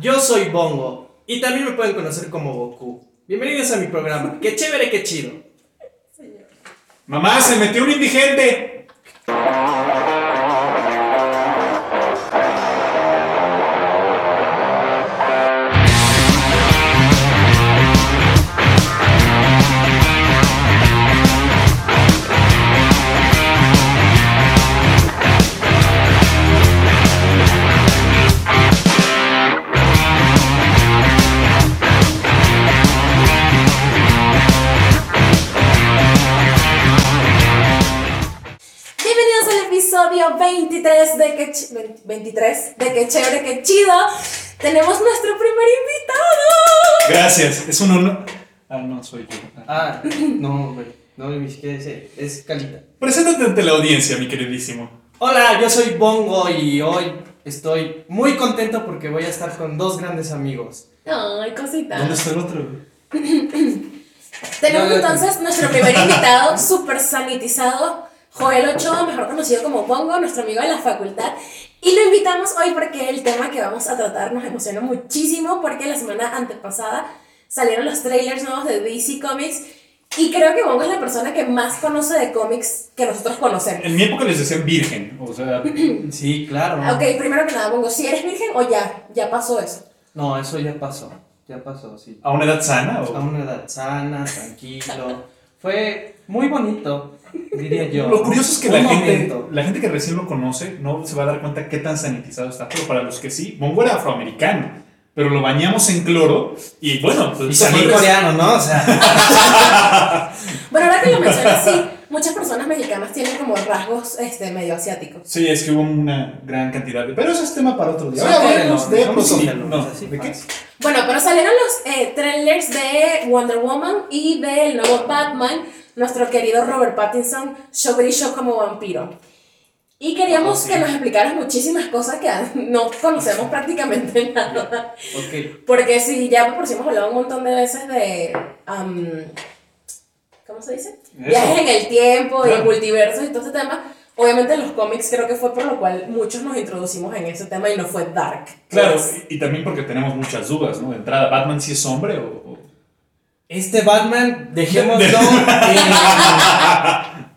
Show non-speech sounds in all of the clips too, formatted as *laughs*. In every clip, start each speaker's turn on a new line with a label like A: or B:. A: yo soy Bongo y también me pueden conocer como Goku. Bienvenidos a mi programa. Qué chévere, qué chido.
B: Señor.
C: Mamá, se metió un indigente.
B: Bienvenidos al episodio 23 de que Ch- 20 23 de que chévere, que chido. Tenemos nuestro primer invitado.
C: Gracias, es un honor. Ah, no, soy yo. Ah.
A: Ah, no, güey. No, ni siquiera sé. Es Calita.
C: Preséntate ante la audiencia, mi queridísimo.
A: Hola, yo soy Bongo y hoy estoy muy contento porque voy a estar con dos grandes amigos.
B: Ay, cosita.
C: ¿Dónde está el otro?
B: Tenemos
A: No, no, no.
B: entonces nuestro primer invitado, súper sanitizado, Joel Ochoa, mejor conocido como Bongo, nuestro amigo de la facultad. Y lo invitamos hoy porque el tema que vamos a tratar nos emociona muchísimo porque la semana antepasada salieron los trailers nuevos de DC Comics y creo que Bongo es la persona que más conoce de cómics que nosotros conocemos.
C: En mi época les decían virgen, o sea,
A: Sí, claro.
B: Ah, Ok, primero que nada, Bongo, ¿si eres virgen o ya? Ya pasó eso.
A: No, eso ya pasó. Ya pasó, sí.
C: a una edad sana.
A: A
C: O...
A: una edad sana, tranquilo. Fue muy bonito, diría yo.
C: Lo curioso es que
A: Un
C: la gente,
A: momento.
C: la gente que recién lo conoce no se va a dar cuenta qué tan sanitizado está, pero para los que sí, Bongo era afroamericano, pero lo bañamos en cloro y bueno,
A: Y
C: pues,
A: soy
C: amigos,
A: coreano, ¿no? O sea,
B: Bueno, ahora que lo mencionas, sí, muchas personas mexicanas tienen como rasgos este, medio asiáticos.
C: Sí, es que hubo una gran cantidad de... Pero ese es tema para otro día.
A: Son
C: Ahora hablemos de... pues,
A: teloneros, son
C: sí,
A: teloneros,
C: no,
A: así
C: ¿de qué?
A: pasa.
B: Bueno, pero salieron los eh, trailers de Wonder Woman y del nuevo Batman, nuestro querido Robert Pattinson, yo brilló como vampiro. Y queríamos
A: Ah, sí.
B: que nos explicaras muchísimas cosas que *laughs* no conocemos prácticamente nada.
A: ok.
B: Porque sí, ya por si hemos hablado un montón de veces de... am, ¿Cómo se dice?
C: Eso.
B: Viajes en el tiempo y
C: Claro.
B: multiversos y todo ese tema. Obviamente los cómics creo que fue por lo cual muchos nos introducimos en ese tema y no fue Dark.
C: Claro,
B: Pues,
C: y, y también porque tenemos muchas dudas, ¿no? De entrada, ¿Batman sí es hombre o...? o-
A: Este Batman, dejémoslo
C: *laughs*
A: en-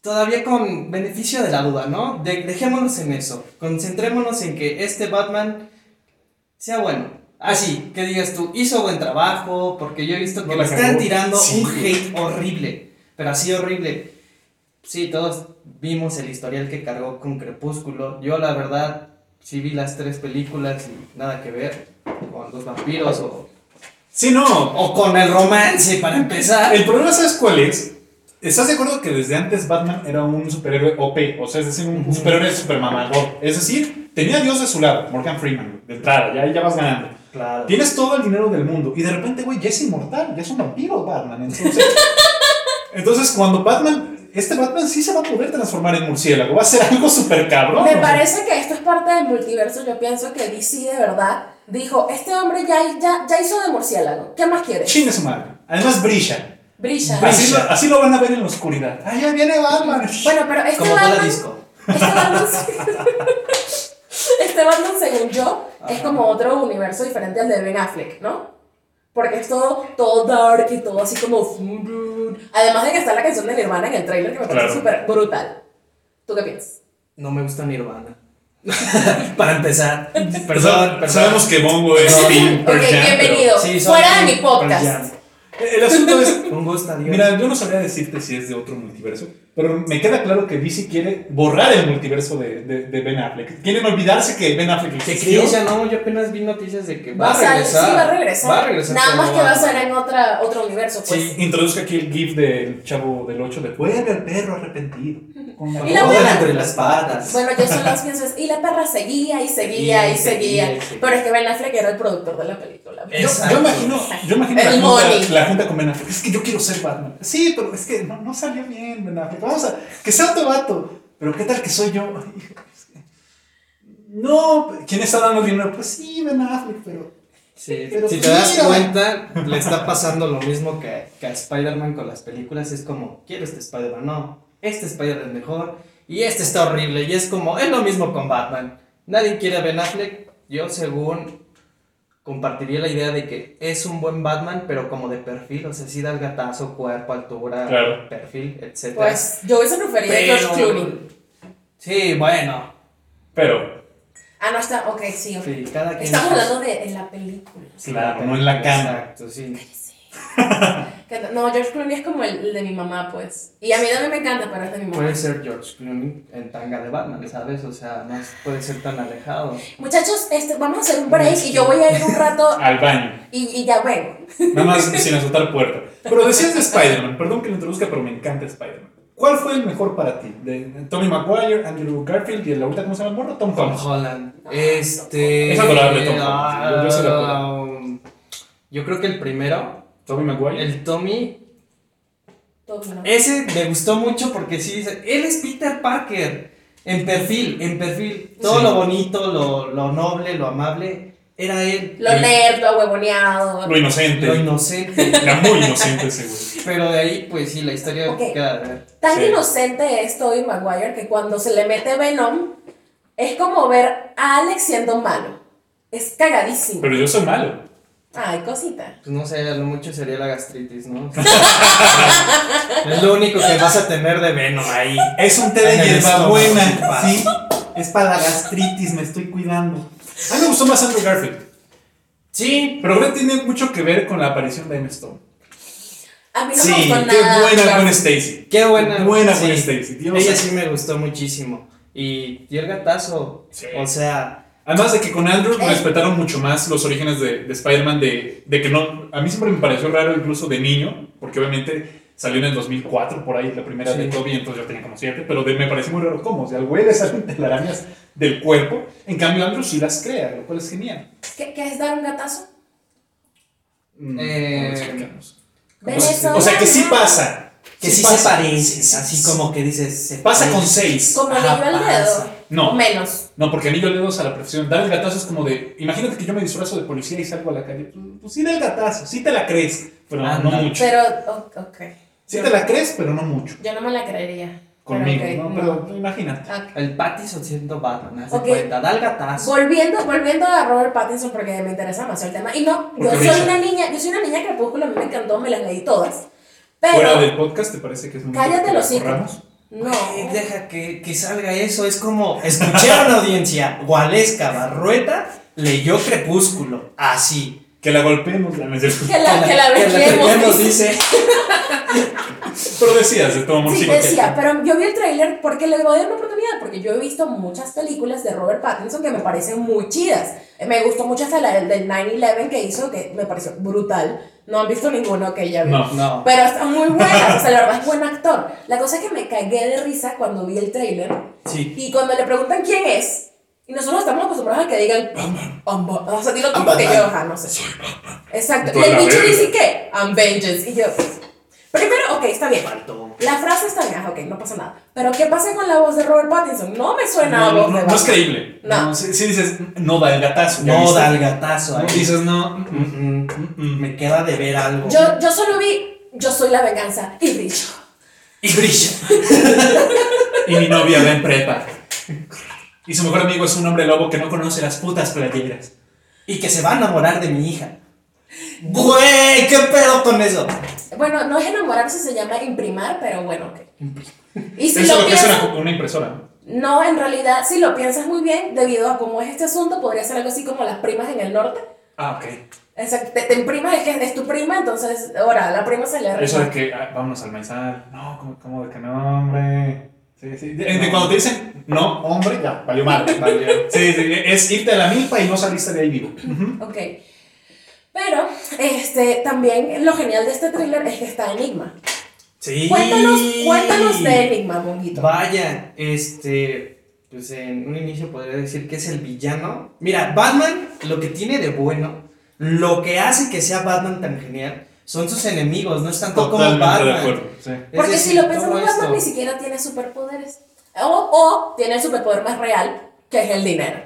A: Todavía con beneficio de la duda, ¿no? De- dejémonos en eso. Concentrémonos en que este Batman sea bueno. Así, que digas tú, hizo buen trabajo, porque yo he visto que
C: No
A: le
C: la
A: están
C: cagó.
A: tirando
C: Sí.
A: un hate horrible, pero así horrible. Sí, todos vimos el historial que cargó con Crepúsculo. Yo, la verdad, sí vi las tres películas y nada que ver con los vampiros o
C: Sí, no.
A: o con el romance para empezar.
C: El problema, ¿sabes cuál es? ¿Estás de acuerdo que desde antes Batman era un superhéroe OP? O sea, es decir, un
A: Ujú.
C: superhéroe supermamador. Es decir, tenía a Dios de su lado, Morgan Freeman, de entrada, ya, ya vas ganando.
A: Claro.
C: Tienes todo el dinero del mundo y de repente, güey, ya es inmortal, ya es un vampiro Batman. Entonces, entonces cuando Batman, este Batman sí se va a poder transformar en murciélago, va a ser algo súper cabrón.
B: Me parece que esto es parte del multiverso. Yo pienso que DC de verdad dijo, este hombre ya, ya, ya hizo de murciélago. ¿Qué más quieres?
C: Chingue su madre. Además brilla.
B: Brilla.
C: Así lo, así lo van a ver en la oscuridad. Ah, ya viene Batman.
B: Bueno, pero este
A: Como bola
B: Batman...
A: disco.
B: Este Batman, *laughs* este Batman, según yo, es
A: Ajá.
B: como otro universo diferente al de Ben Affleck, ¿no? Porque es todo, todo dark y todo así como... Además de que está la canción de Nirvana en el trailer que me parece
C: Claro.
B: súper brutal. ¿Tú qué piensas?
A: No me gusta Nirvana. *laughs* para empezar. Perdón,
C: Sa-
A: perdón.
C: Sabemos que Bongo es Team Pearl
B: ok,
C: Jam, pero-
B: bienvenido.
A: Sí, soy
B: Fuera de
A: Team
B: mi podcast.
A: Pearl Jam.
C: El asunto es.
A: Con gusto, adiós.
C: Mira, yo no sabría decirte si es de otro multiverso, pero me queda claro que DC quiere borrar el multiverso de, de- de Ben Affleck. Quieren olvidarse que Ben Affleck
A: que
C: existió.
A: Cristian, no, yo apenas vi noticias de que va, a
B: Va a sal-
A: regresar.
B: sí, va a regresar.
A: Va a regresar,
B: Nada
A: pero
B: más que va a ser en otra, otro universo, pues.
C: Sí, introduzca aquí el GIF del chavo del 8 de Vuelve al perro arrepentido. Con
B: Y la
A: Todo
B: buena.
A: entre las patas.
B: Bueno, yo solo pienso es, y la perra seguía y seguía y seguía.
A: seguía, y seguía.
B: Pero es que Ben Affleck era el productor de la película.
C: Yo,
A: Exacto.
C: yo imagino, yo imagino la,
B: El money.
C: junta, la junta con Ben Affleck. Es que yo quiero ser Batman. Sí, pero es que no, no salió bien Ben Affleck. Vamos a que sea otro vato. Pero qué tal que soy yo. Hijo, es que- No, ¿quién está dando dinero? Pues sí, Ben Affleck, pero
A: Sí,
C: Pero
A: si te das
C: mira.
A: cuenta, le está pasando lo mismo que, que a Spider-Man con las películas. Es como, quiero este Spider-Man, no. Este Spider-Man es mejor. Y este está horrible. Y es como, es lo mismo con Batman. Nadie quiere a Ben Affleck. yo según compartiría la idea de que es un buen Batman, pero como de perfil, o sea, sí da el gatazo, cuerpo, altura,
D: Claro.
A: perfil, etc.
B: Pues yo hubiese preferido a George Clooney.
A: Sí, bueno.
D: Pero,
B: Ah, no, está, ok, sí. ok.
A: Sí, cada quien.
B: Estamos hablando de, de la película.
A: Sí,
C: Claro, no en la cama.
A: Exacto, sí.
B: Cállese. Que no- No, George Clooney es como el, el de mi mamá, pues. Y a mí también me encanta, pero es de mi mamá.
A: Puede ser George Clooney en tanga de Batman, ¿sabes? O sea, no puede ser tan alejado.
B: Muchachos, este, vamos a hacer un break y yo voy a ir un
C: *laughs*
B: rato
D: al baño.
B: y, y ya vengo.
D: Nada más sin azotar puerta.
C: Pero decías de Spider-Man, perdón que lo introduzca, pero me encanta Spider-Man. ¿Cuál fue el mejor para ti? De de Tobey Maguire, Andrew Garfield y el ahorita, ¿cómo se llama el morro? Tom
A: Tom
C: Holland.
A: Holland. Este.
D: Es adorable Tom Holland,
A: ah, um,
D: yo- yo se lo
A: yo creo que el primero,
C: Tobey Maguire.
A: el Tommy,
B: Todo bueno.
A: Ese me gustó mucho porque sí dice, él es Peter Parker. En perfil, en perfil. Todo
C: Sí.
A: lo bonito, lo, lo noble, lo amable, era él.
B: Lo nerd, lo huevoneado.
C: Pues,
D: Lo inocente.
A: Lo inocente.
D: Era muy inocente ese güey.
A: Pero de ahí, pues sí, la historia
B: Ok.
A: queda de ver.
B: Tan
D: Sí.
B: inocente es Tobey Maguire que cuando se le mete Venom es como ver a Alex siendo malo. Es cagadísimo.
D: Pero yo soy malo.
B: Ay, cosita.
A: Pues no sé, a lo mucho sería la gastritis,
C: *laughs*
A: ¿no? es lo único que vas a tener de Venom ahí.
C: Es un té
A: En
C: de
A: el
C: hierbabuena,
A: estómago.
C: ¿sí? Es para la gastritis, me estoy cuidando. A mí me gustó más Andrew Garfield.
A: Sí.
C: Pero creo que tiene mucho que ver con la aparición de Emma Stone.
B: A mí no
C: Sí,
B: me
C: qué
B: gustó
C: buena
B: nada. claro.
C: Gwen Stacy.
A: Qué buena.
C: Buena
A: sí.
C: Gwen Stacy, Dios.
A: Ella sí me gustó muchísimo. Y, y el gatazo.
D: Sí.
A: O sea,
C: Además de que con Andrew
B: Eh.
C: respetaron mucho más los orígenes de, de Spider-Man, de, de que no. A mí siempre me pareció raro, incluso de niño, porque obviamente salió en el 2004, por ahí, la primera
A: Sí.
C: de Toby, entonces yo tenía como 7, pero de- me pareció muy raro cómo. O sea, al güey le salen telarañas del cuerpo, en cambio Andrew sí las crea, lo cual es genial.
B: ¿Qué, qué es dar un gatazo?
C: Mm,
A: Eh.
C: no lo explicamos.
B: Ven
C: O sea,
B: eso,
C: este o sea, que sí
B: ¿no?
C: pasa.
A: que sí, se
C: pasa.
A: parecen.
C: Sí, sí,
A: así
C: sí.
A: como que dices. se
C: Pasa con
A: parecen.
C: 6.
B: Como
A: Ajá,
B: anillo al dedo.
A: pasa.
B: O
C: No,
B: Menos.
C: No, porque anillo al dedo es a la profesión. Dar el gatazo es como de. Imagínate que yo me disfrazo de policía y salgo a la calle. Pues, pues sí, da el gatazo. Sí te la crees, pero no,
A: Anda.
C: mucho.
B: Pero, o- ok.
C: Sí te la crees, pero no mucho.
B: Yo no me la creería.
C: Conmigo,
B: Pero, ok,
C: ¿no?
B: no.
C: Pero imagínate.
B: Ok.
A: El Pattinson siendo Batman, haz de
B: Ok.
A: cuenta. Da el gatazo.
B: Volviendo, volviendo a Robert Pattinson porque me interesa demasiado el tema. Y no, yo
C: Porque
B: soy
C: brilla.
B: una niña, yo soy una niña crepúsculo, a mí me encantó, me las leí todas. Pero
C: Fuera del podcast, ¿te parece que es muy
B: Cállate
C: que
B: los hijos.
C: corramos?
B: no.
A: Ay, deja que, que salga eso. Es como. Escucharon audiencia. Gualesca Barrueta leyó Crepúsculo. Así.
C: Que la golpeemos. la necesidad.
B: Que la, Ah, que la
A: repliquemos,
B: veíamos.
A: dice.
C: pero decías, de todo amor
B: Sí,
C: chico, que-
B: decía, pero yo vi el tráiler porque le voy a dar una oportunidad, porque yo he visto muchas películas de Robert Pattinson que me parecen muy chidas. Me gustó mucho hasta la del- del 9-11 que hizo, que me pareció brutal. No han visto ninguno que ya vi.
C: No.
A: No.
B: Pero está muy buena, o sea, la verdad es buen actor. La cosa es que me cagué de risa cuando vi el tráiler
A: Sí.
B: y cuando le preguntan quién es, y nosotros estamos acostumbrados a que digan, "I'm Bo-". o sea, dilo tú porque yo, ajá, no sé. Exacto. Y
D: Pues
B: el
D: la
B: bicho
D: verga.
B: dice que, I'm vengeance. Y yo, primero, ok, está bien.
A: Faltó.
B: La frase está bien, ah, ok, no pasa nada. Pero ¿qué pasa con la voz de Robert Pattinson? No me suena
C: No,
B: a voz
C: no,
B: de
C: no es
B: Batman.
C: creíble.
B: No.
C: Si, dices, no da el gatazo. ya
A: No
C: viste.
A: da el gatazo.
C: No,
A: ahí.
C: Dices, no. mm, mm,
A: Mm, mm.
C: mm, mm.
A: Me queda de ver algo.
B: Yo, yo solo vi, yo soy la venganza y brillo.
A: Y brilla.
C: Y mi novia va en prepa. Y su mejor amigo es un hombre lobo que no conoce las putas playeras.
A: Y que se va a enamorar de mi hija. Güey, ¿qué pedo con eso?
B: Bueno, no es enamorarse, se llama imprimar, pero bueno, ok. Y si
C: Eso es
B: lo
C: lo que es
B: piensas,
C: una, una impresora. ¿no?
B: no, en realidad, si lo piensas muy bien, debido a cómo es este asunto, podría ser algo así como las primas en el norte.
C: Ah, ok.
B: Exacto, te, te imprimas, es que es tu prima, entonces, ahora, la prima se le
C: Eso
B: arriba.
C: de que ah, vámonos al maizal. No, ¿cómo, cómo de que no, hombre? Sí, sí. De, de cuando te dicen no, hombre, ya, valió mal.
B: *laughs*
C: Sí, sí, es irte a la milpa y no saliste de ahí vivo.
B: Ok. Pero, este, también lo genial de este thriller es que está Enigma.
A: Sí.
B: Cuéntanos, cuéntanos de Enigma, Bonguito.
A: Vaya, este. Pues en un inicio podría decir que es el villano. Mira, Batman lo que tiene de bueno, lo que hace que sea Batman tan genial, son sus enemigos, no es tanto como
C: Totalmente
A: Batman.
C: de acuerdo. Sí.
A: Es
B: Porque
A: decir,
B: si lo pensamos,
A: todo
B: Batman ni
A: esto-
B: siquiera tiene superpoderes. O, o tiene el superpoder más real, que es el dinero.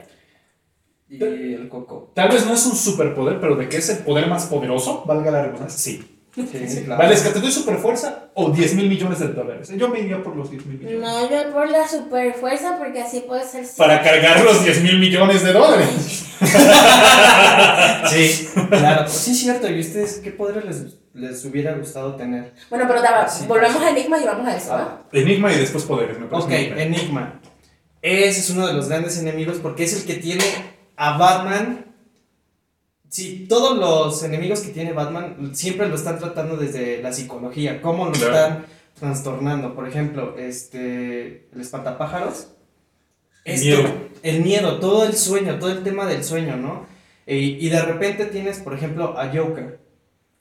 A: Y el coco.
C: Tal vez no es un superpoder, pero de que es el poder más poderoso, valga la redundancia, sí.
A: Sí, sí, claro.
E: Vale, es que te doy super fuerza o 10 mil millones de dólares. Yo me iría por los 10 mil millones.
F: No, yo por la super fuerza porque así puedo ser.
C: Para cargar los 10 mil millones de dólares.
A: Sí, claro. *laughs* Sí, cierto. ¿Y ustedes qué poderes les, les hubiera gustado tener?
B: Bueno, pero daba,
A: Sí.
B: volvemos a Enigma y vamos a eso,
C: Ah.
B: ¿no?
E: Enigma y después poderes, me parece.
A: Ok,
E: muy bien.
A: Enigma. Ese es uno de los grandes enemigos porque es el que tiene a Batman. Sí, todos los enemigos que tiene Batman siempre lo están tratando desde la psicología, cómo lo
C: Claro.
A: están trastornando. Por ejemplo, este, el espantapájaros.
C: El
A: Esto-
C: miedo.
A: El miedo, todo el sueño, todo el tema del sueño, ¿no? Eh, Y, y de repente tienes, por ejemplo, a Joker,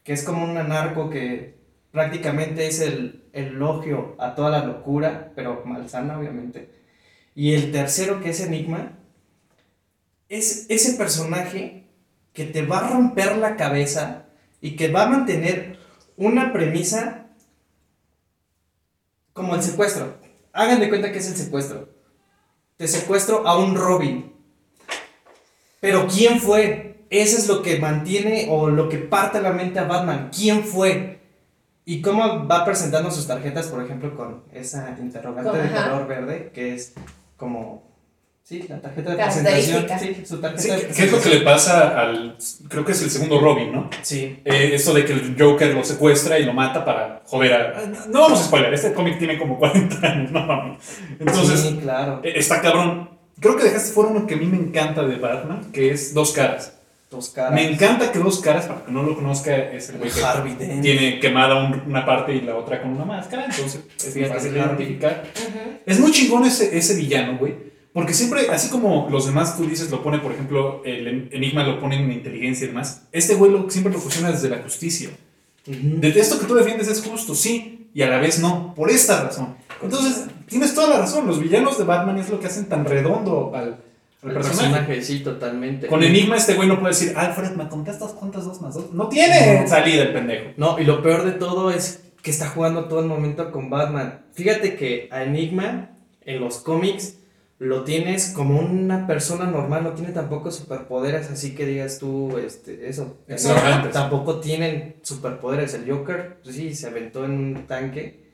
A: que es como un anarco que prácticamente es el el elogio a toda la locura, pero malsana, obviamente. Y el tercero, que es Enigma, es ese personaje que te va a romper la cabeza y que va a mantener una premisa como el secuestro. Hagan de cuenta que es el secuestro. Te secuestro a un Robin. Pero ¿quién fue? Eso es lo que mantiene o lo que parte la mente a Batman. ¿Quién fue? Y cómo va presentando sus tarjetas, por ejemplo, con esa interrogante
B: Con-
A: de
B: ajá.
A: color verde, que es como Sí, la tarjeta de
B: Característica.
A: presentación. Sí, su tarjeta
C: Sí,
A: de
C: ¿Qué qué es lo que le pasa al. Creo que es el segundo Robin, ¿no?
A: Sí,
C: Eh, eso de que el Joker lo secuestra y lo mata para joder a. ah, No vamos a spoiler, este cómic tiene como 40 años, no mames. Entonces,
A: sí, claro.
C: eh, está cabrón. Creo que dejaste fuera uno que a mí me encanta de Batman, que es Dos Caras.
A: Dos caras.
C: Me encanta que Dos Caras, para que no lo conozca, es el güey que
A: Harvey Dent.
C: tiene quemada un- una parte y la otra con una máscara, entonces es muy
A: Fíjate,
C: fácil de
A: Harvey.
C: identificar. Es muy chingón ese, ese villano, güey. Porque siempre, así como los demás, tú dices, lo pone, por ejemplo, el en- Enigma lo pone en inteligencia y demás. Este güey lo- siempre lo funciona desde la justicia.
A: Ujú.
C: De esto que tú defiendes es justo, sí, y a la vez no, por esta razón. Entonces, tienes toda la razón. Los villanos de Batman es lo que hacen tan redondo al, al
G: El
C: personaje.
G: personaje, sí, totalmente.
C: Con Enigma, este güey no puede decir, Alfred, ¿me contestas cuántas dos más dos? No tiene salida el pendejo.
A: No, y lo peor de todo es que está jugando todo el momento con Batman. Fíjate que a Enigma en los cómics lo tienes como una persona normal, no tiene tampoco superpoderes, así que digas tú este, eso.
C: Extravagantes.
A: Tampoco tienen superpoderes. El Joker, pues sí, se aventó en un tanque,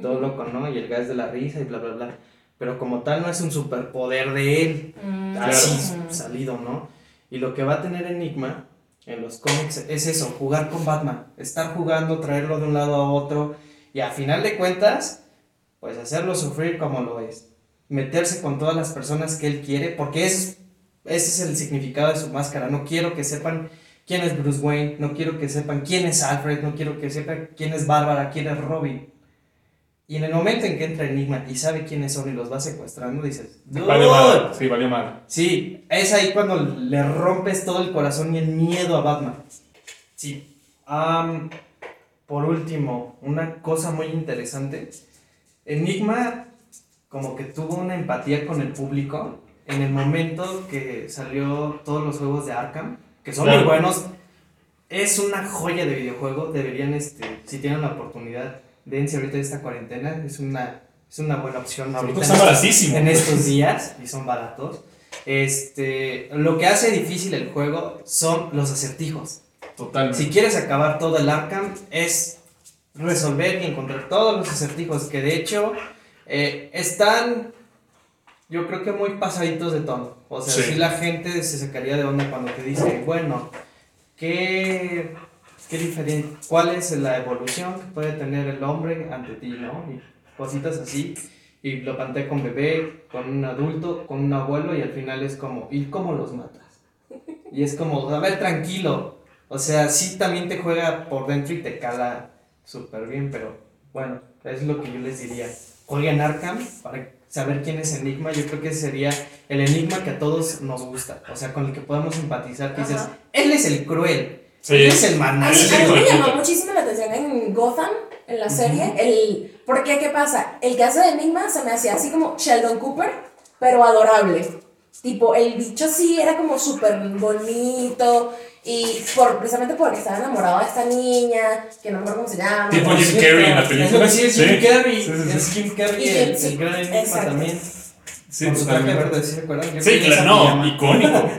A: todo loco, ¿no? Y el gas de la risa y bla, bla, bla. Pero como tal no es un superpoder de él.
B: Mm.
A: así
B: Claro.
A: salido, ¿no? Y lo que va a tener Enigma en los cómics es eso, jugar con Batman, estar jugando, traerlo de un lado a otro y a final de cuentas, pues hacerlo sufrir como lo es, meterse con todas las personas que él quiere, porque es, ese es el significado de su máscara, no quiero que sepan quién es Bruce Wayne, no quiero que sepan quién es Alfred, no quiero que sepan quién es Bárbara, quién es Robin. Y en el momento en que entra Enigma y sabe quiénes son y los va secuestrando, dices,
C: Valió
A: "Dude,
C: madre. Sí, valió madre.
A: Sí, es ahí cuando le rompes todo el corazón y el miedo a Batman. Sí. Am, por último, una cosa muy interesante. Enigma como que tuvo una empatía con el público en el momento que salió todos los juegos de Arkham, que son muy
C: Claro.
A: buenos. Es una joya de videojuego, deberían, este, si tienen la oportunidad, dense ahorita esta cuarentena, es una, es una buena opción. ahorita en
C: Pues
A: este
C: Está baratísimo.
A: en estos días y son baratos. Este, lo que hace difícil el juego son los acertijos.
C: Totalmente.
A: Si quieres acabar todo el Arkham es resolver y encontrar todos los acertijos que de hecho eh, están yo creo que muy pasaditos de tono. O sea,
C: Sí.
A: si la gente se sacaría de onda cuando te dice, bueno, ¿qué, qué diferen- ¿cuál es la evolución que puede tener el hombre ante ti, no? Y cositas así. Y lo planteé con bebé, con un adulto, con un abuelo y al final es como, ¿y cómo los matas? Y es como, a ver, tranquilo. O sea, sí también te juega por dentro y te cala súper bien, pero bueno, es lo que yo les diría. Jueguen Arkham para saber quién es Enigma. Yo creo que ese sería el enigma que a todos nos gusta. O sea, con el que podemos empatizar. Que dices,
B: Ajá.
A: él es el cruel, él
C: Sí.
A: es el
B: A
A: maná.
B: mí,
C: Sí, sí,
B: a mí
C: hijo de
B: me llamó
C: puta.
B: muchísimo la atención en Gotham, en la serie, el... Porque, ¿qué pasa? El caso de Enigma se me hacía así como Sheldon Cooper, pero adorable. Tipo, el bicho sí era como súper bonito y por, precisamente porque estaba enamorado de esta niña, que no me acuerdo cómo se llama.
C: Tipo
B: por
C: Jim
B: cierto.
C: Carrey en
A: Es
C: la
A: lo
C: película.
A: que sí es Jim Carrey. Es Jim
B: Y
A: Carrey
B: Jim-
A: el,
B: sí,
A: el gran enigma
B: exacto.
A: también.
C: Sí,
A: con su traje
C: totalmente.
A: verde, ¿sí se acuerdan? Yo
C: Sí,
A: tenía esa
C: claro, no,
A: pijama.
C: icónico.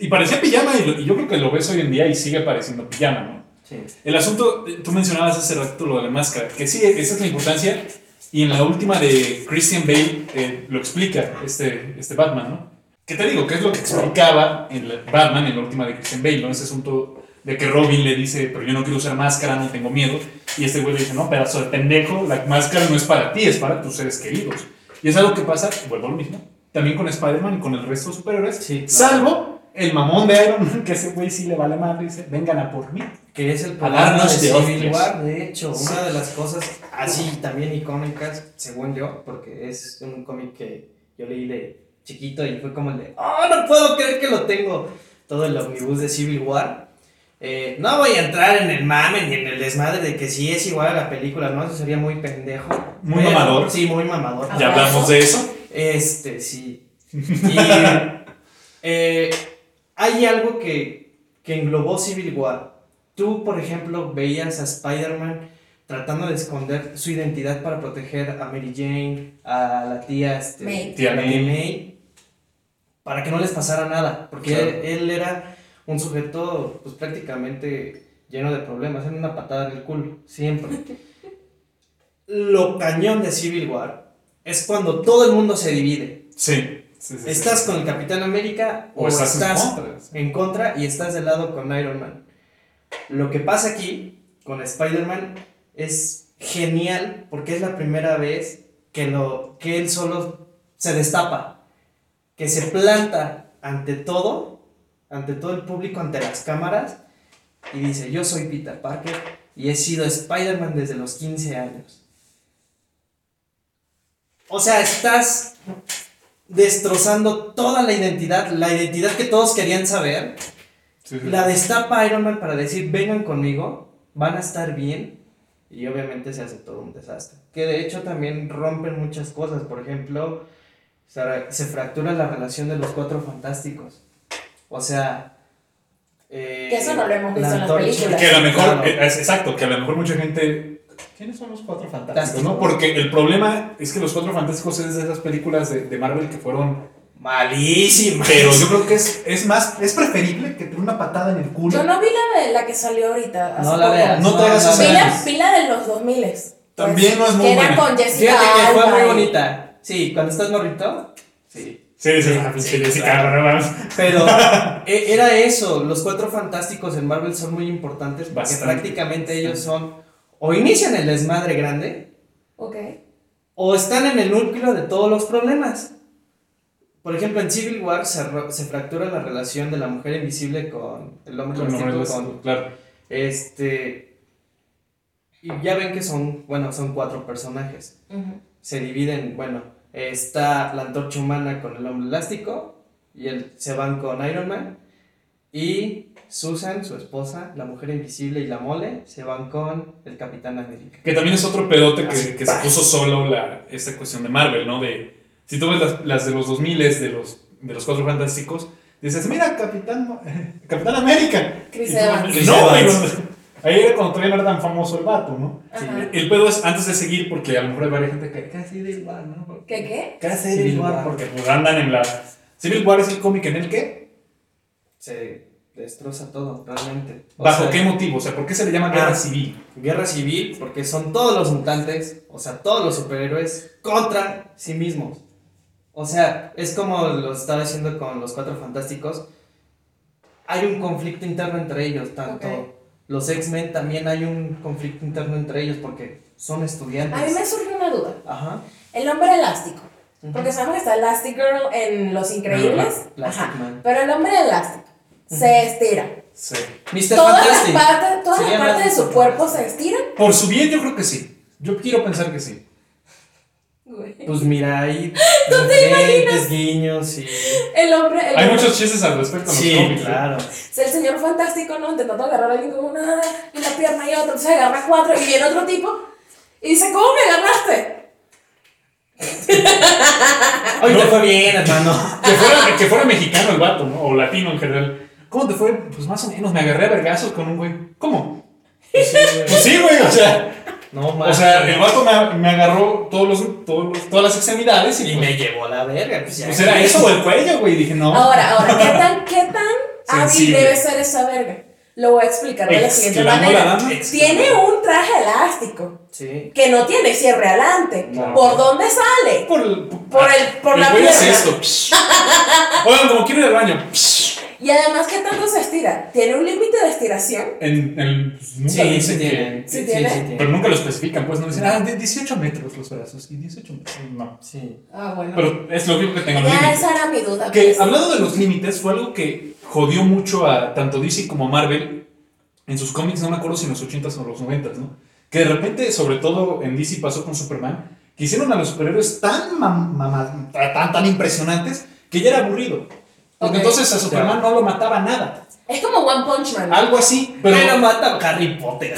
C: Y parecía pijama y, lo- y yo creo que lo ves hoy en día y sigue pareciendo pijama, ¿no?
A: Sí.
C: El asunto, eh, tú mencionabas hace rato lo de la máscara, que sí, esa es la importancia. Y en la última de Christian Bale eh, lo explica este, este Batman, ¿no? ¿Qué te digo? ¿Qué es lo que explicaba en la- Batman en la última de Christian Bale, ¿no? Ese asunto de que Robin le dice, pero yo no quiero usar máscara, no tengo miedo. Y este güey le dice, no, pedazo de pendejo, la máscara no es para ti, es para tus seres queridos. Y es algo que pasa, vuelvo a lo mismo, también con Spider-Man y con el resto de superhéroes.
A: Sí, claro.
C: Salvo el mamón de Iron Man, *laughs* que ese güey sí le vale madre y dice, vengan a por mí.
A: Que es el programa de
C: Alarmas de
A: Civil
C: hostias.
A: War, de hecho,
C: Sí.
A: una de las cosas así también icónicas, según yo, porque es un cómic que yo leí de chiquito y fue como el de, oh, no puedo creer que lo tengo, todo el omnibus de Civil War. Eh, no voy a entrar en el mame ni en el desmadre de que si es igual a la película, ¿no? Eso sería muy pendejo.
C: Muy
A: Pero-
C: mamador.
A: Sí, muy mamador.
B: Ah.
C: Ya hablamos de eso.
A: Este, sí. Y eh, hay algo que, que englobó Civil War. Tú, por ejemplo, veías a Spider-Man tratando de esconder su identidad para proteger a Mary Jane, a la tía, este,
B: May.
C: Tía
A: a la
C: May.
A: para que no les pasara nada, porque
C: Claro.
A: él, él era un sujeto pues prácticamente lleno de problemas, era una patada en el culo, siempre. Lo cañón de Civil War es cuando todo el mundo se divide.
C: Sí. sí, sí, sí.
A: ¿Estás con el Capitán América o, estás, en, contra. y estás del lado con Iron Man? Lo que pasa aquí con Spider-Man es genial porque es la primera vez que, lo, que él solo se destapa, que se planta ante todo, ante todo el público, ante las cámaras y dice, yo soy Peter Parker y he sido Spider-Man desde los 15 años. O sea, estás destrozando toda la identidad, la identidad que todos querían saber.
C: Sí, sí.
A: La destapa Iron Man para decir, vengan conmigo, van a estar bien. Y obviamente se hace todo un desastre. Que de hecho también rompen muchas cosas. Por ejemplo, se ra- se fractura la relación de los cuatro fantásticos. O sea... eh,
B: Que eso no lo hemos visto en las
A: Antorcha-
B: películas.
C: Que a lo mejor,
A: Claro.
C: eh, es- exacto, que a lo mejor mucha gente. ¿Quiénes son los cuatro fantásticos?
A: Fantásticos.
C: ¿no? Porque el problema es que los cuatro fantásticos es de esas películas de, de Marvel que fueron.
A: Malísima.
C: Pero yo creo que es.
E: Es más, es preferible que te dé una patada en el culo.
B: Yo no vi la de la que salió ahorita. hace
A: No la
B: poco.
A: veas.
C: No te hagas
A: la
C: esa-
B: Vi
A: veas.
B: la, vi la de los 2000
C: También no es muy
B: Que era
C: buena.
B: con Jessica
A: Fíjate que fue
B: Alba
A: muy
B: y-
A: bonita. Sí, cuando estás morrito. Sí.
C: Sí, sí,
A: sí,
C: sí,
A: sí,
C: sí,
A: claro.
C: cabrón, vamos.
A: Pero e- era eso, los cuatro fantásticos en Marvel son muy importantes porque
C: Bastante.
A: prácticamente ellos son o inician el desmadre grande
F: Ok.
A: o están en el núcleo de todos los problemas. Por ejemplo, en Civil War se, ro- se fractura la relación de la mujer invisible con el hombre
C: Con
A: vestido,
C: Marvel,
A: con
C: Claro.
A: este y ya ven que son, bueno, son cuatro personajes
B: Ujú.
A: se dividen, bueno, está la antorcha humana con el hombre elástico y él, se van con Iron Man y Susan, su esposa, la mujer invisible y la mole se van con el Capitán América.
C: Que también es otro pedote que, que se puso solo la, esta cuestión de Marvel, ¿no? De, si tú ves las, las de los 2000 de los, de los Cuatro Fantásticos, dices, mira, Capitán, Mo- *laughs* Capitán América.
B: Chris
C: Y tú,
B: Evans.
A: Chris
C: No, güey.
A: Evans.
C: Ahí era cuando todavía no era tan famoso el vato, ¿no?
B: Ajá.
A: Sí.
C: El pedo es antes de seguir, porque a lo mejor hay varias gente que casi da igual, ¿no?
B: ¿Qué qué?
C: Casi da
A: Civil
C: igual,
A: War.
C: porque pues andan en la. Civil War es el cómic en el que.
A: Se destroza todo, realmente. O
C: ¿Bajo
A: sea,
C: qué motivo? O sea, ¿por qué se le llama guerra
A: Ah.
C: civil?
A: Guerra civil, porque son todos los mutantes, o sea, todos los superhéroes contra sí mismos. O sea, es como lo estaba haciendo con los Cuatro Fantásticos. Hay un conflicto interno entre ellos, tanto
B: Ok.
A: los X-Men también hay un conflicto interno entre ellos porque son estudiantes.
B: A mí me surge una duda.
A: Ajá.
B: El hombre elástico.
A: Ujú.
B: Porque sabemos que está Elastic Girl en Los Increíbles.
A: Plastic
B: Ajá.
A: Man.
B: Pero el hombre elástico se estira.
C: Sí.
A: Mr.
B: Todas las
A: Fantastic.
B: partes, todas
A: Se
B: las
A: llama
B: partes de
A: Mr.
B: su cuerpo se
A: Fantastic.
B: estiran.
C: Por su bien, yo creo que sí. Yo quiero pensar que sí.
A: Pues mira,
B: *laughs*
A: ahí. ¿Tú guiños y.
B: El hombre. el
C: Hay
B: hombre-
C: muchos chistes al respecto en los cómics. ¿eh?
B: Es el señor fantástico, ¿no? Intentando agarrar a alguien con una, una pierna y otra, entonces agarra cuatro y viene otro tipo y dice, ¿cómo me agarraste? Ah,
A: Hoy te
C: No.
A: fue bien, *laughs* hermano.
C: Que fuera, que fuera mexicano el vato, ¿no? O latino en general. ¿Cómo te fue? Pues más o menos, me agarré a vergazos con un güey. ¿Cómo? Pues sí, güey, o sea.
A: No
C: O
A: mames.
C: sea, el vato me, me agarró todos los, todos los- todas las extremidades y,
A: Y me llevó a la verga. Pues, ya.
C: Pues era eso o el cuello, güey. Dije, no.
B: Ahora, ahora, ¿qué tan, qué tan hábil
C: *laughs* Sensible.
B: debe ser esa verga? Lo voy a explicar de la siguiente
C: Exclamó la
B: manera.
C: dama.
B: Tiene un traje elástico
A: Sí.
B: que no tiene cierre adelante.
A: No.
B: ¿Por dónde sale?
C: Por, el-
B: Por el- por la
C: güey hace
B: pierna.
C: esto. Oigan, como quiero ir al baño.
B: Y además, ¿qué tanto se estira? ¿Tiene un límite de estiración?
C: En, en- pues, nunca
A: Sí, sí
C: dicen que-
A: tienen.
B: Sí tiene.
C: Pero nunca lo especifican, pues no dicen,
A: No.
C: ah, de 18 metros los brazos y 18 metros. No.
A: Sí.
B: Ah, bueno.
C: Pero es lo único que tengo
B: ya
C: límites.
B: esa era mi duda.
C: Que
B: pues.
C: hablando de los límites, fue algo que jodió mucho a tanto DC como a Marvel en sus cómics, no me acuerdo si en los 80s o los 90s, ¿no? Que de repente, sobre todo en DC pasó con Superman, que hicieron a los superhéroes tan, mam- mama- tan, tan impresionantes que ya era aburrido. Porque
B: Ok.
C: entonces a Superman no lo mataba nada.
B: Es como One Punch Man.
C: Algo así,
A: Pero,
C: pero
A: mata a Harry Potter.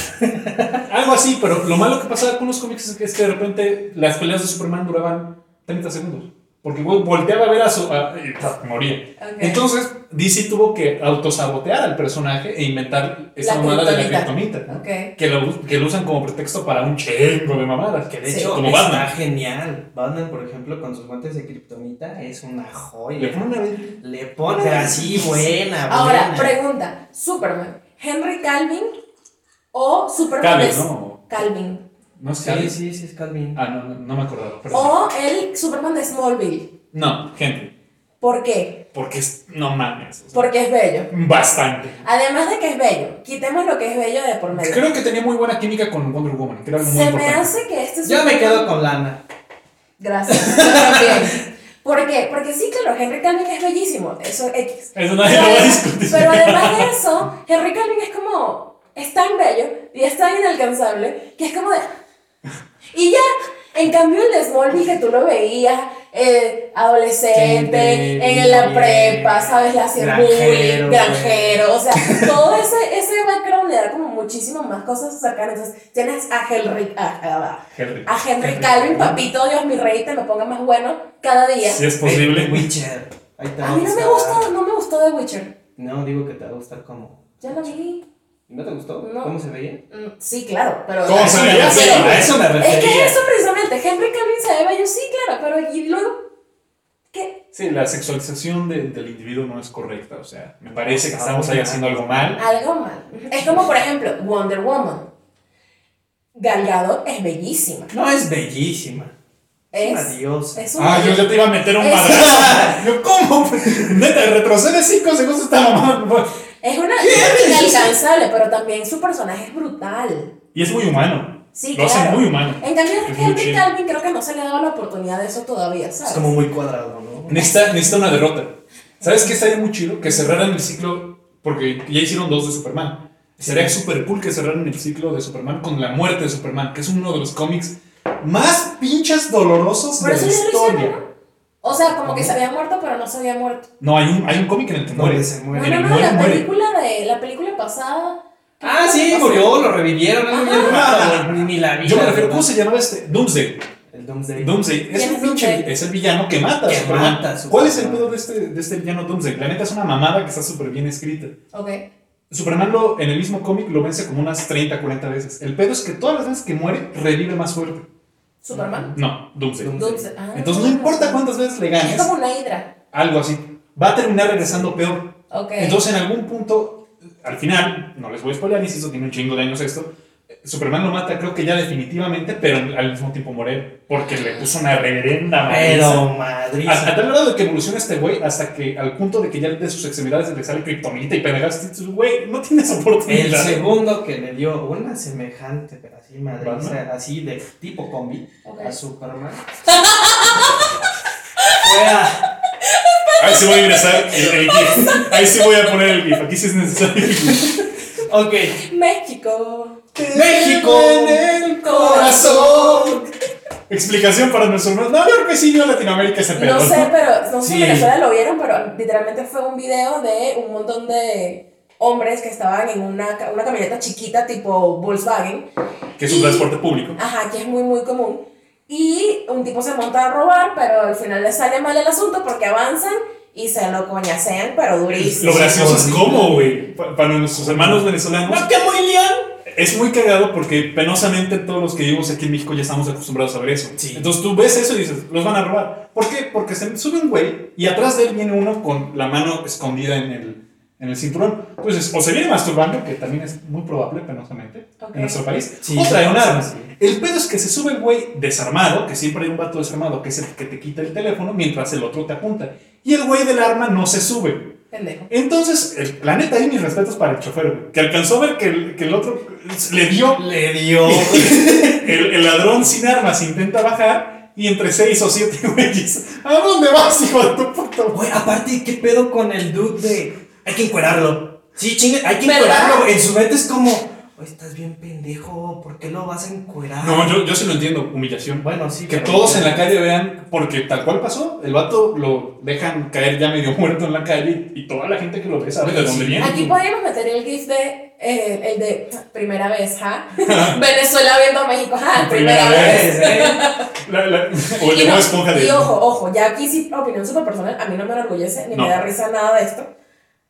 C: algo así, pero lo malo que pasaba con los cómics es que, es que de repente las peleas de Superman duraban 30 segundos. Porque güey, volteaba a ver a su. a- y, ¡paf! moría.
B: Ok.
C: Entonces, DC tuvo que autosabotear al personaje e inventar esta
B: La
C: mamada de la
B: kriptonita.
C: criptonita.
B: Ok.
C: Que, lo, us- que lo usan como pretexto para un chingo de mamadas. Que de
B: Sí. Oh,
C: hecho, como Batman.
A: Está genial. Batman, por ejemplo, con sus guantes de kriptonita es una joya.
C: Le ponen a ver.
A: Le pone así, buena,
B: Ahora,
A: buena.
B: pregunta: ¿Superman, Henry Calvin o Superman
C: Calvin,
B: de-
C: ¿no?
B: Calvin?
C: No es
A: Sí,
C: Calvin.
A: sí, sí, es Calvin.
C: Ah, no, no, no me acordaba. perdón.
B: O el Superman de Smallville.
C: No, gente.
B: ¿Por qué?
C: Porque es. No mames. o sea,
B: Porque es bello.
C: Bastante.
B: Además de que es bello, quitemos lo que es bello de por medio.
C: Creo que tenía muy buena química con Wonder Woman. Que era algo muy
B: Se me
C: importante.
B: hace que este
A: Yo me
B: Superman-
A: quedo con Lana.
B: Gracias. yo también. ¿Por qué? Porque sí, claro, Henry Calvin es bellísimo. Eso X.
C: Eso
B: Pero,
C: nadie lo va a discutir.
B: pero además de eso, Henry Calvin es como. Es tan bello y es tan inalcanzable que es como de. Y ya. En cambio, el de Smallville que tú lo veías, eh, adolescente,
C: Gente,
B: en la
C: bien.
B: prepa, ¿sabes? La hacían
A: Granjero,
B: bullying, granjero, o sea, todo ese, ese background le da como muchísimas más cosas cercanas. Entonces, tienes a Henry, a- a- a-
C: Henry.
B: a Henry Calvin, papito, Dios, mi rey, te lo ponga más bueno cada día.
C: Si es
A: Eh,
C: posible.
A: Witcher. Ahí te va
B: A mí no me gusta, no me gustó The Witcher.
A: No, digo que te va a gustar como.
B: Ya lo vi.
A: ¿No te gustó?
B: No.
A: ¿Cómo se veía?
B: Mm, Sí, claro, pero.
C: ¿Cómo se veía?
B: Sí,
C: Pero
A: a eso me refería.
B: Es que eso precisamente, Henry Calvin se ve bello, sí, claro, pero y luego. ¿Qué?
C: Sí, la sexualización de- del individuo no es correcta. O sea, me parece que estamos ahí haciendo algo mal.
B: Algo mal. Es como, por ejemplo, Wonder Woman. Gal Gadot es bellísima.
A: No, es bellísima. Es una
B: Es.
A: diosa.
B: Es una.
C: Ah, yo ya te iba a meter un
B: Eso.
C: madrazo. Yo, ¿cómo? Neta, retrocede 5 segundos esta mamá.
B: Es una. es inalcanzable, pero también su personaje es brutal.
C: Y es muy humano.
B: Sí,
C: Lo hacen
B: claro.
C: muy humano.
B: En cambio,
C: Es muy
B: Henry
C: chido.
B: Calvin creo que no se le ha dado la oportunidad de eso todavía, ¿sabes?
A: Es como muy cuadrado, ¿no?
C: Necesita, necesita una derrota. ¿Sabes qué estaría muy chido? Que cerraran el ciclo. Porque ya hicieron dos de Superman. Sería súper cool que cerraran el ciclo de Superman con la muerte de Superman, que es uno de los cómics más pinches dolorosos
B: Pero
C: de
B: eso
C: la
B: ya lo hicieron,
C: historia.
B: ¿no? O sea, como que se había muerto, pero no se había muerto.
C: No, hay un, hay un cómic en el que
A: Donde
C: muere.
A: se
B: No,
A: muere.
C: Bueno,
B: no, no,
C: muere,
B: la
C: muere.
B: película de la película pasada.
A: Ah, sí, murió, lo revivieron. algo bien raro, Ni la vi.
C: Ah. Yo me
A: la
C: refiero,
A: verdad.
C: ¿cómo se llamaba este? Doomsday.
A: El Doomsday.
C: Doomsday es
B: ¿Quién
C: un
B: es
C: pinche,
B: Doomsday?
C: es el villano que mata. a
A: Que
C: Superman.
A: mata a Superman.
C: ¿Cuál es el pedo de este, de este villano Doomsday? La neta es una mamada que está súper bien escrita.
B: Ok.
C: Superman lo, en el mismo cómic lo vence como unas 30, 40 veces. El pedo es que todas las veces que muere, revive más fuerte.
B: Superman.
C: No, Doomsday.
A: Doom-
B: Dulce. Ah,
C: Entonces no importa cuántas veces le
B: Es
C: ganes,
B: como una hidra.
C: algo así. Va a terminar regresando peor.
B: Ok.
C: Entonces en algún punto, al final, no les voy a spoiler, insisto, tiene un chingo de años esto. eh, Superman lo mata, creo que ya definitivamente, pero al mismo tiempo morir, porque le puso una reverenda madriza.
A: Pero Madrid.
C: A, *laughs* a tal grado de que evoluciona este güey hasta que al punto de que ya de sus extremidades le sale kriptonita y pendejadas, dices, güey, no tienes
A: El
C: oportunidad.
A: segundo que le dio una semejante, pero así
C: Batman.
A: madriza, así de tipo combi
B: Ok.
A: a Superman. *laughs* Fue a-
C: Ahí sí voy a ingresar el, el GIF. Ahí sí voy a poner el GIF. Aquí sí es necesario. el GIF.
A: Ok.
B: México.
A: México
C: En el corazón. Explicación para nuestro hermano. No, yo que sí, yo Latinoamérica ese pedo.
B: No sé, pero no sé si
A: Sí.
B: en Venezuela lo vieron, pero literalmente fue un video de un montón de hombres que estaban en una, ca- una camioneta chiquita tipo Volkswagen
C: Que es un transporte público.
B: Ajá, que es muy, muy común. Y un tipo se monta a robar, pero al final le sale mal el asunto porque avanzan y se lo coñacean, pero durísimo.
C: Lo gracioso es cómo, güey. Pa- Para nuestros hermanos venezolanos.
A: ¡No, que muy león!
C: Es muy cagado porque penosamente todos los que vivimos aquí en México ya estamos acostumbrados a ver eso.
A: Sí.
C: Entonces tú ves eso y dices, los van a robar. ¿Por qué? Porque se sube un güey y atrás de él viene uno con la mano escondida en el, en el cinturón. Entonces, o se viene masturbando, que también es muy probable, penosamente,
B: Ok.
C: en nuestro país,
A: Sí,
C: o trae un
A: sí,
C: arma.
A: sí.
C: El pedo es que se sube el güey desarmado, que siempre hay un vato desarmado que es el que te quita el teléfono mientras el otro te apunta. Y el güey del arma no se sube.
B: Pendejo.
C: Entonces, el planeta ahí, mis respetos para el chofer, güey, que alcanzó a ver que el, que el otro le dio.
A: Le
C: *laughs*
A: dio.
C: El, el ladrón sin armas intenta bajar y entre seis o siete *laughs* güeyes. ¿A dónde vas, hijo de tu puta madre?"
A: Güey, aparte, ¿qué pedo con el dude de. Hay que encuerarlo. Sí, chingue, hay que
B: ¿Verdad?
A: encuerarlo. güey. En su mente es como. "Oye, estás bien pendejo, ¿por qué lo vas a encuerar?
C: No, yo, yo sí lo entiendo, humillación.
A: Bueno, sí.
C: Que
A: pero-
C: todos en la calle vean, porque tal cual pasó, el vato lo dejan caer ya medio *laughs* muerto en la calle y toda la gente que lo ve sabe de dónde viene.
B: Aquí podríamos meter el gif de. eh, el de primera vez, ¿ja? *laughs* Venezuela viendo a México, ¿ja? Primera,
C: Primera
B: vez.
A: Es, eh,
C: La- la- o el
B: Y
C: de
B: no-
C: Bob Esponja de-
B: Y ojo, ojo, ya aquí sí, opinión súper personal, a mí no me enorgullece ni
C: No.
B: me da risa nada de esto.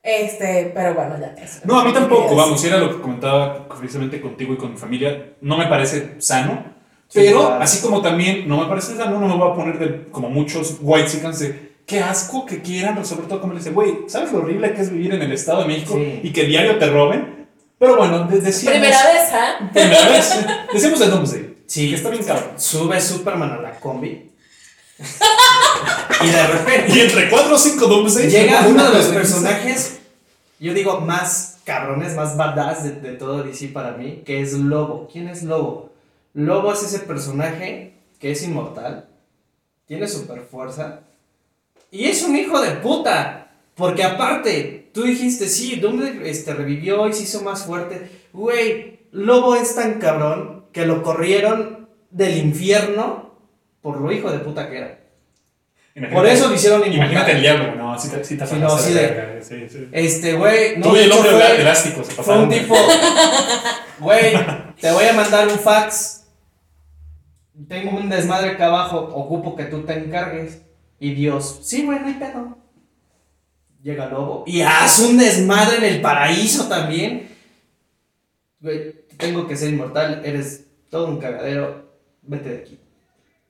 B: Este, pero bueno, ya. eso.
C: No, a mí tampoco,
B: Yes.
C: vamos, era lo que comentaba precisamente contigo y con mi familia, no me parece sano,
A: Sí,
C: pero
A: claro.
C: así como también no me parece sano, no me voy a poner de- como muchos white chickens de qué asco que quieran resolver todo como le dicen, güey, ¿sabes lo horrible que es vivir en el Estado de México
A: Sí.
C: y que diario te roben? Pero bueno, de- decíamos...
B: Primera vez, ¿ja?
C: Primera vez. Decíamos el Doomsday, que
A: sí,
C: está bien cabrón.
A: sube Superman a la combi. *laughs* y de repente
C: Y entre 4 o 5 Doomsday
A: llega uno de los personajes, yo digo, más cabrones, más badass de, de todo DC para mí, que es Lobo. ¿Quién es Lobo? Lobo es ese personaje que es inmortal, tiene super fuerza y es un hijo de puta. Porque aparte, tú dijiste, sí, Doom este, revivió y se hizo más fuerte. Güey, Lobo es tan cabrón que lo corrieron del infierno por lo hijo de puta que era.
C: Imagínate-
A: Por eso lo hicieron
C: Imagínate
A: inmortal.
C: el diablo, no, sí te, sí te
A: Sí, no,
C: pasaste
A: sí
C: de
A: de-
C: verga, eh, sí, sí.
A: Este, güey, no,
C: Tú y
A: de
C: el
A: hecho,
C: hombre
A: fue-
C: de elástico se
A: Fue
C: pasaron.
A: un tipo, güey, te voy a mandar un fax. Tengo un desmadre acá abajo, ocupo que tú te encargues. Y Dios, sí, güey, no hay pedo. Llega Lobo y hace un desmadre en el paraíso también. Güey, tengo que ser inmortal, eres todo un cagadero, vete de aquí.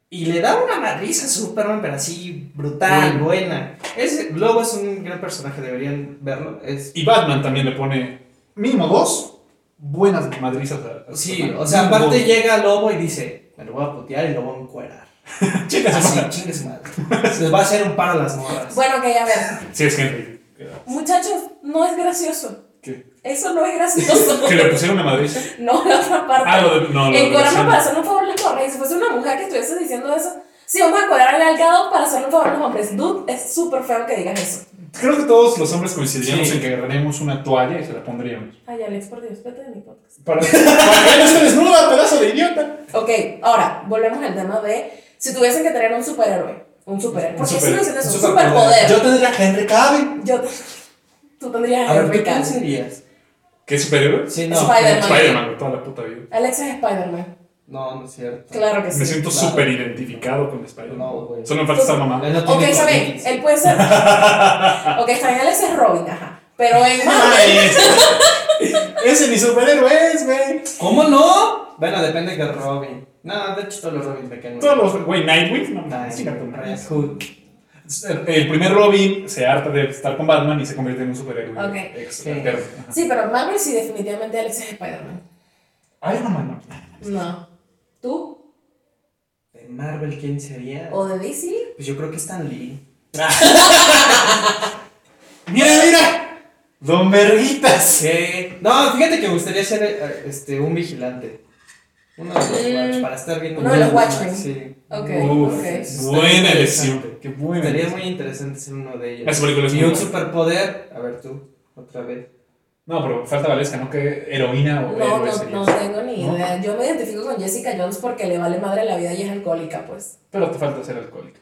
A: Y le da una madriza a Superman, pero así brutal,
C: Bueno.
A: buena. Ese Lobo es un gran personaje, deberían verlo. Es
C: Y Batman también le pone mínimo dos buenas madrizas a, a
A: Pues Sí,
C: Superman.
A: o sea,
C: Mínimo
A: aparte
C: dos.
A: llega Lobo y dice, me lo voy a putear y lo voy a *laughs* encuerar.
C: *laughs* Chicas,
A: Así,
C: Superman.
A: chingue su *laughs* madre. Se les va a hacer un paro a las morras.
B: Bueno, ok, a ver.
C: Sí, es Henry.
B: Muchachos, no es gracioso.
C: ¿Qué?
A: *laughs*
B: Eso no es gracioso. *laughs*
C: ¿Que le pusieron una madriza?
B: no, la otra parte.
C: Ah, lo de- no, lo de
B: en Corona
C: versión.
B: para hacerle un favor a las hombres. Si fuese una mujer que estuviese diciendo eso, sí, vamos a cuadrar al algado para hacerle un favor a los hombres. Dude, es súper feo que digas eso.
C: Creo que todos los hombres coincidiríamos
A: Sí.
C: en que agarraríamos una toalla y se la pondríamos.
B: Ay, Alex, por Dios, vete de mi podcast.
C: Para, para que no esté
A: Ah,
C: desnuda, pedazo de idiota.
B: Ok, ahora, volvemos al tema de si tuviesen que tener un superhéroe. Un superhéroe. ¿Por qué
C: super-
B: sigo diciendo eso? Un
A: superpoder.
B: superpoder.
A: Yo tendría a Henry Cavill.
B: Yo, tú tendrías
A: A ver, ¿tú
B: Henry
A: quién
B: Cavill.
A: serías?
C: ¿Qué superhéroe?
A: Sí, no.
B: Spider-Man.
C: Spider-Man, güey, toda la puta vida.
B: Alex es Spider-Man.
A: No, no es cierto.
B: Claro que sí.
C: Me siento
A: claro.
C: súper identificado con Spider-Man.
A: No, güey.
C: Solo me falta estar mamá.
A: Él no
B: Ok,
A: tiene
B: está bien,
A: cómics.
B: él puede ser. ok, está bien, Alex es Robin, ajá. Pero en Marvel.
C: Ay, Ese ni superhéroe es, güey.
A: ¿Cómo no? Bueno, depende que Robin. No, de hecho todos los Robins me caen
C: Todos los. Güey, Nightwing. No,
A: Nice,
C: chinga tu madre.
A: Red Hood.
C: El primer Robin se harta de estar con Batman y se convierte en un superhéroe.
B: Ok.
C: Ex-
A: Sí.
C: alterno. Ajá.
B: Sí, pero en Marvel sí, definitivamente Alex es Spider-Man.
C: Iron Man, no.
B: No. ¿Tú?
A: ¿De Marvel quién sería?
B: ¿O de DC?
A: Pues yo creo que Stan Lee.
C: ¡Mira, mira! ¡Don Verguitas!
A: Sí. No, fíjate que me gustaría ser eh, este, un vigilante. Uno de los
B: Mm.
A: Watch, para estar viendo.
B: Uno de los
A: más,
B: Watchmen.
A: Sí.
B: Ok,
C: Uf,
B: ok.
C: Buena elección. Qué buena.
A: Sería
C: elección.
A: muy interesante ser uno de ellos.
C: Esa película es
A: y
C: muy
A: un
C: buena.
A: superpoder. A ver tú, otra vez.
C: No, pero falta Valesca, ¿no? Que heroína o
B: No,
C: héroe
B: no,
C: serías.
B: no tengo ni idea. Yo me identifico con Jessica Jones porque le vale madre la vida y es alcohólica, pues.
C: Pero te falta ser alcohólica.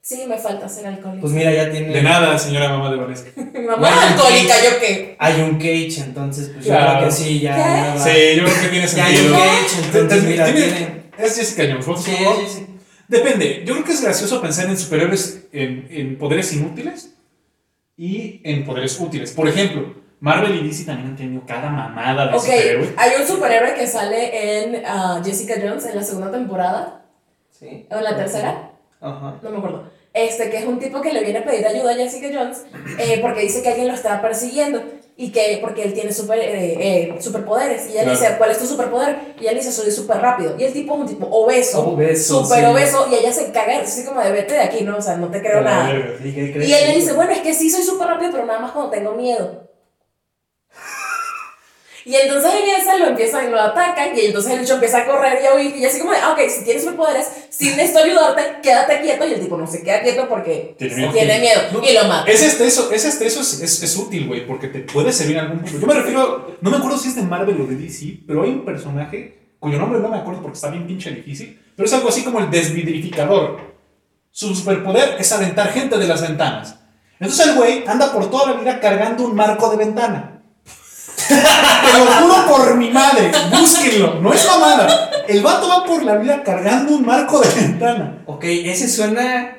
B: Sí, me falta ser alcohólica.
A: Pues mira, ya tiene.
C: De nada, señora mamá de Valesca.
B: *laughs* Mi mamá es
A: Bueno,
B: alcohólica, ¿yo qué?
A: Hay un cage, entonces, pues yo
C: Claro.
A: creo que sí, ya.
B: ¿Qué?
A: nada.
C: Sí, yo creo que tiene
A: Ya hay un
C: sentido.
A: cage, entonces,
C: Te-
A: mira,
C: tiene-
A: tiene.
C: Es Jessica Jones, ¿no?
A: Sí,
C: Por favor.
A: sí, sí.
C: Depende. Yo creo que es gracioso pensar en superhéroes, en, en poderes inútiles y en poderes útiles. Por ejemplo, Marvel y DC también han tenido cada mamada de
B: Ok,
C: superhéroe.
B: hay un superhéroe que sale en ah, Jessica Jones en la segunda temporada
A: Sí.
B: o en la tercera.
A: Ajá.
B: No me acuerdo. este, que es un tipo que le viene a pedir ayuda a Jessica Jones eh, porque dice que alguien lo está persiguiendo y que porque él tiene super, eh, eh, superpoderes. Y ella le
C: Claro.
B: dice, ¿cuál es tu superpoder? Y ella le dice, soy súper rápido. Y el tipo es un tipo obeso,
A: Obeso,
B: súper
A: sí.
B: obeso, y ella se caga, así como de vete de aquí, ¿no? O sea, no te creo
C: A la
B: nada.
C: verga.
A: ¿Y qué crees?
B: Y él le dice, bueno, es que sí soy súper rápido, pero nada más cuando tengo miedo. *laughs* Y entonces en esa lo empiezan, lo atacan, y entonces el bicho empieza a correr y a huir, y así como de, ah, ok, si tienes superpoderes, si necesito ayudarte, quédate quieto, y el tipo no se queda quieto porque
C: Tiene miedo.
B: miedo, y lo mata.
C: Ese exceso, ese hasta este, eso es, es- es útil, güey, porque te puede servir en algún punto. Yo me refiero, no me acuerdo si es de Marvel o de DC, pero hay un personaje cuyo nombre no me acuerdo porque está bien pinche difícil, pero es algo así como el desvidrificador. Su superpoder es aventar gente de las ventanas. Entonces el güey anda por toda la vida cargando un marco de ventana. *laughs* Te lo juro por mi madre, búsquenlo, no es mamada. El vato va por la vida cargando un marco de ventana.
A: Ok, ese suena.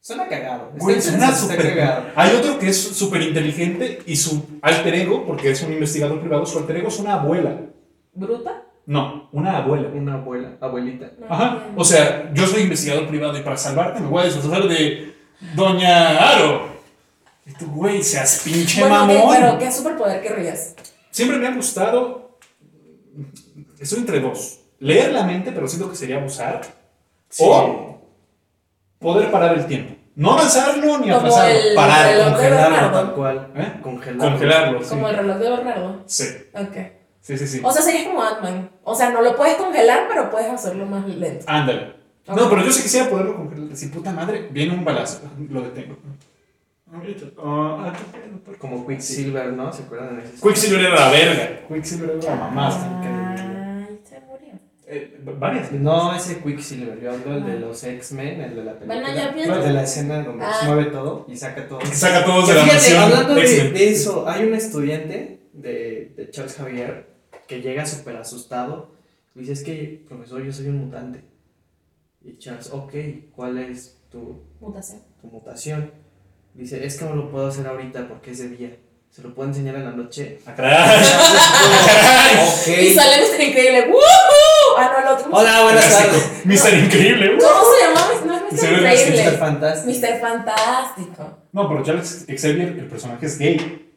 A: Suena cagado. Está
C: Güey, suena
A: interesante, está
C: súper-
A: cagado.
C: Hay otro que es súper inteligente y su alter ego, porque es un investigador privado, su alter ego es una abuela.
B: ¿Bruta?
C: No, una abuela.
A: Una abuela, abuelita.
B: No,
C: Ajá.
B: bien.
C: O sea, yo soy investigador privado y para salvarte me voy a disfrazar de Doña Aro. Y tú, güey, seas pinche
B: Bueno, ¿qué-
C: mamón.
B: pero ¿qué superpoder querrías?
C: Siempre me ha gustado. Estoy entre dos. Leer la mente, pero siento que sería abusar. O poder parar el tiempo. No avanzarlo ni
B: Como
C: atrasarlo.
B: el-
C: parar.
B: el-
A: Congelarlo
B: Bernardo.
A: tal cual.
C: ¿Eh?
A: Congelarlo.
C: Congelarlo. sí.
B: Como el reloj de Bernardo.
C: Sí.
B: Ok.
C: Sí, sí, sí.
B: O sea, serías como Ant-Man. O sea, no lo puedes congelar, pero puedes hacerlo más lento.
C: Ándale.
B: Ok.
C: No, pero yo sí quisiera poderlo congelar. Decir, puta madre, viene un balazo. Lo detengo. Ah, qué pedo.
A: Como Quicksilver, ¿no? ¿Se acuerdan de eso?
C: Quicksilver era la verga. Quicksilver era la mamá.
A: Ah.
B: Ay, se murió.
C: Eh, varias.
A: No, ese Quicksilver, yo hablo el de los X-Men, el de la película.
F: Bueno, yo pienso-
A: El de la escena donde
B: Ah.
A: se mueve todo y saca todo.
C: Que saca a todos
A: Que
C: de la
A: fíjate,
C: nación.
A: hablando de, *laughs*
C: X-Men.
A: de eso, hay un estudiante de, de Charles Javier que llega súper asustado. y Dice, es que, profesor, yo soy un mutante. Y Charles, ok, ¿cuál es tu,
B: Mutación.
A: tu mutación? Dice, es que no lo puedo hacer ahorita porque es de día. Se lo puedo enseñar en la noche.
C: Ah, caray.
B: Y
A: ok.
B: sale Mr. Increíble. ¡Woohoo! Ah, no, el otro.
A: Hola, buenas tardes.
C: Mister Increíble. uh.
B: ¿Cómo se llamaba? No es
C: Se
B: Mr.
C: ve
A: Mr.
B: Increíble.
A: Fantástico.
B: Mr. Fantástico.
C: No, pero Charles Xavier, el personaje es gay.